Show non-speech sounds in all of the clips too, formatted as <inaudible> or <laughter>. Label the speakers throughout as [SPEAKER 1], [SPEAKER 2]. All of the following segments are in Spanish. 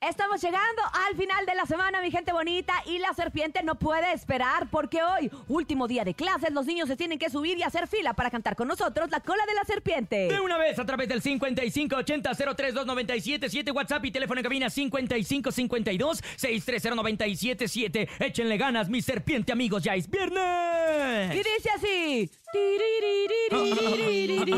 [SPEAKER 1] Estamos llegando al final de la semana, mi gente bonita, y la serpiente no puede esperar porque hoy, último día de clases, los niños se tienen que subir y hacer fila para cantar con nosotros la cola de la serpiente.
[SPEAKER 2] De una vez a través del 5580-032977 WhatsApp y teléfono en cabina 5552-630977. Échenle ganas, mi serpiente amigos, ya es
[SPEAKER 1] Y
[SPEAKER 2] viernes.
[SPEAKER 1] dice así. Tiriririririri.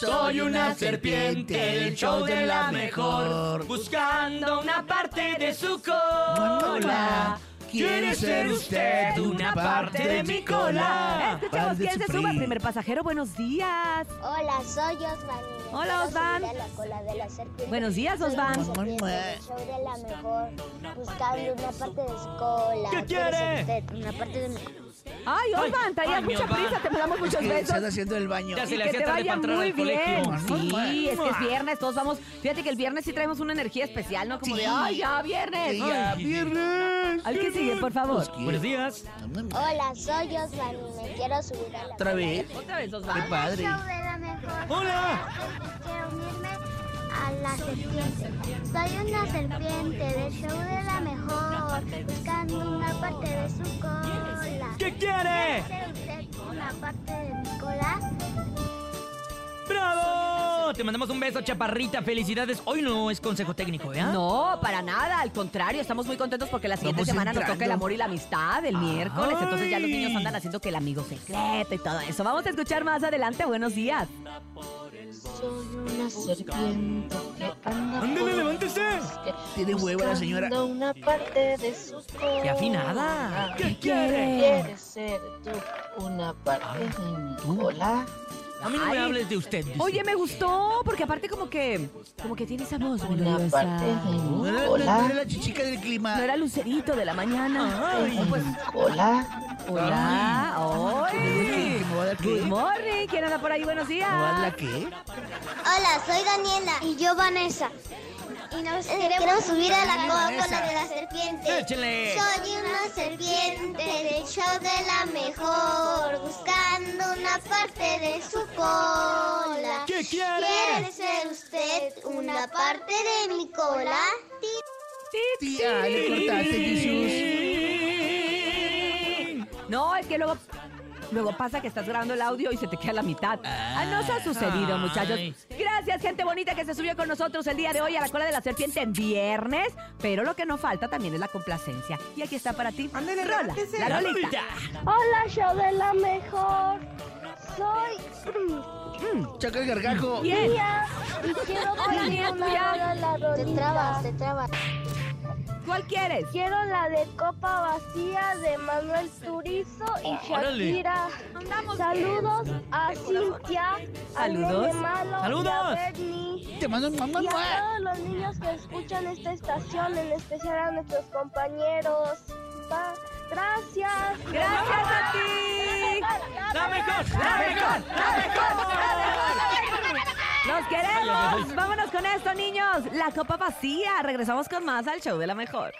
[SPEAKER 2] Soy una serpiente, el show de la mejor, buscando una parte de su cola. ¿Quiere ser usted una parte de mi cola?
[SPEAKER 1] Este chavo, ¿quién se suba? Primer pasajero, buenos días.
[SPEAKER 3] Hola, soy Osvan. y me
[SPEAKER 1] Hola,
[SPEAKER 3] quiero
[SPEAKER 1] Osvan.
[SPEAKER 3] subir a la cola de la serpiente.
[SPEAKER 1] Buenos días,
[SPEAKER 3] Soy una
[SPEAKER 1] Osvan.
[SPEAKER 3] serpiente del show de la mejor, buscando una parte de su cola.
[SPEAKER 2] ¿Qué
[SPEAKER 3] Quiero
[SPEAKER 2] quiere?
[SPEAKER 3] ser usted Una parte de mi...
[SPEAKER 1] Ay, Osvan, traías
[SPEAKER 2] ay, mi
[SPEAKER 1] mucha
[SPEAKER 2] Osvan.
[SPEAKER 1] prisa, te mandamos muchos
[SPEAKER 4] Que Estás
[SPEAKER 1] besos.
[SPEAKER 4] haciendo el baño.
[SPEAKER 2] Ya
[SPEAKER 1] Y
[SPEAKER 2] se le
[SPEAKER 1] que
[SPEAKER 2] hacía
[SPEAKER 1] te
[SPEAKER 2] tarde
[SPEAKER 1] vaya
[SPEAKER 2] para entrar
[SPEAKER 1] muy
[SPEAKER 2] al
[SPEAKER 1] bien.
[SPEAKER 2] colegio.
[SPEAKER 1] Sí, es que es viernes, todos vamos. Fíjate que el viernes sí traemos una energía especial, ¿no? Como de, ¡ay, ya viernes!
[SPEAKER 4] Ya, viernes.
[SPEAKER 1] Al que sigue, por favor.
[SPEAKER 2] Buenos días.
[SPEAKER 3] Hola, soy Osvan y me quiero subir a la
[SPEAKER 4] Otra
[SPEAKER 3] cola
[SPEAKER 4] vez.
[SPEAKER 1] Otra vez,
[SPEAKER 4] Qué
[SPEAKER 1] Osvan.
[SPEAKER 3] del
[SPEAKER 4] padre.
[SPEAKER 3] show de la mejor.
[SPEAKER 2] Hola.
[SPEAKER 3] Quiero unirme a la serpiente. Soy una serpiente del show de la mejor, buscando una parte de su cola.
[SPEAKER 2] ¿Qué quiere?
[SPEAKER 3] ¿Quiere usted una parte de mi cola?
[SPEAKER 2] ¡Bravo! Te mandamos un beso, chaparrita. Felicidades. Hoy no es consejo técnico, ¿eh?
[SPEAKER 1] No, para nada, al contrario, estamos muy contentos porque la siguiente
[SPEAKER 4] Vamos
[SPEAKER 1] semana nos toca el
[SPEAKER 4] entrando.
[SPEAKER 1] amor y la amistad el miércoles, entonces ya los
[SPEAKER 2] Ay.
[SPEAKER 1] niños andan haciendo que el amigo secreto y todo eso. Vamos a escuchar más adelante, buenos días.
[SPEAKER 5] Soy una serpiente que anda
[SPEAKER 2] Ándele,
[SPEAKER 5] por
[SPEAKER 2] levántese.
[SPEAKER 5] los bosques
[SPEAKER 4] Tiene hueva la señora.
[SPEAKER 5] buscando una parte de sus colas.
[SPEAKER 2] ¡Qué afinada! ¿Qué quiere?
[SPEAKER 5] ¿Quieres ser tú una parte de mi cola?
[SPEAKER 2] A mí no me
[SPEAKER 1] Ay.
[SPEAKER 2] hables de usted. dice.
[SPEAKER 1] Oye, me gustó, porque aparte como que, como que tiene esa voz
[SPEAKER 5] Una
[SPEAKER 1] melodiosa.
[SPEAKER 5] parte de
[SPEAKER 4] No
[SPEAKER 5] mi
[SPEAKER 4] era, no era
[SPEAKER 5] cola.
[SPEAKER 4] la chichica del
[SPEAKER 1] No
[SPEAKER 4] clima.
[SPEAKER 1] era lucerito de la mañana.
[SPEAKER 2] Ay.
[SPEAKER 1] Pues,
[SPEAKER 5] Cola.
[SPEAKER 1] hola, hoy.
[SPEAKER 4] ¿Que me va a dar qué?
[SPEAKER 1] Good
[SPEAKER 4] ¿Me
[SPEAKER 1] morning, ¿quién anda por ahí? Buenos días.
[SPEAKER 4] va a dar la qué?
[SPEAKER 3] Hola, soy Daniela. Y yo Vanessa. Y nos queremos, subir a la cola de la serpiente.
[SPEAKER 2] Échale.
[SPEAKER 3] Soy una serpiente del show de la mejor, buscando una parte de su cola.
[SPEAKER 2] ¿Qué quiere?
[SPEAKER 3] ¿Quiere ser usted una parte de mi cola?
[SPEAKER 4] Sí, ah, le cortaste, Jesús.
[SPEAKER 1] No, es que luego, luego pasa que estás grabando el audio y se te queda la mitad. Ah, nos ha sucedido,
[SPEAKER 2] Ay.
[SPEAKER 1] muchachos. Gracias, gente bonita que se subió con nosotros el día de hoy a la cola de la serpiente en viernes. Pero lo que no falta también es la complacencia. Y aquí está para ti. Rola, la rolita.
[SPEAKER 2] La Lolita.
[SPEAKER 3] Hola, show de la mejor. Soy <clears throat>
[SPEAKER 4] Chaca el gargajo.
[SPEAKER 1] Bien.
[SPEAKER 3] y quiero
[SPEAKER 1] Hola, Daniela, tuya.
[SPEAKER 3] la Te trabas, te trabas.
[SPEAKER 1] ¿Cuál quieres?
[SPEAKER 3] Quiero la de copa vacía de Manuel Turizo y
[SPEAKER 2] Ah, Órale.
[SPEAKER 3] Shakira. Saludos a Cintia, a
[SPEAKER 1] Saludos.
[SPEAKER 3] Nene Malo y a
[SPEAKER 2] Saludos.
[SPEAKER 3] Bernie.
[SPEAKER 4] Te mando un mamá.
[SPEAKER 3] Y a todos los niños que escuchan esta estación, en especial a nuestros compañeros. Va- Gracias.
[SPEAKER 1] Gracias a ti.
[SPEAKER 2] La mejor, la mejor, la
[SPEAKER 1] Los queremos. Vámonos con esto, niños. La copa vacía. Regresamos con más al show de la mejor.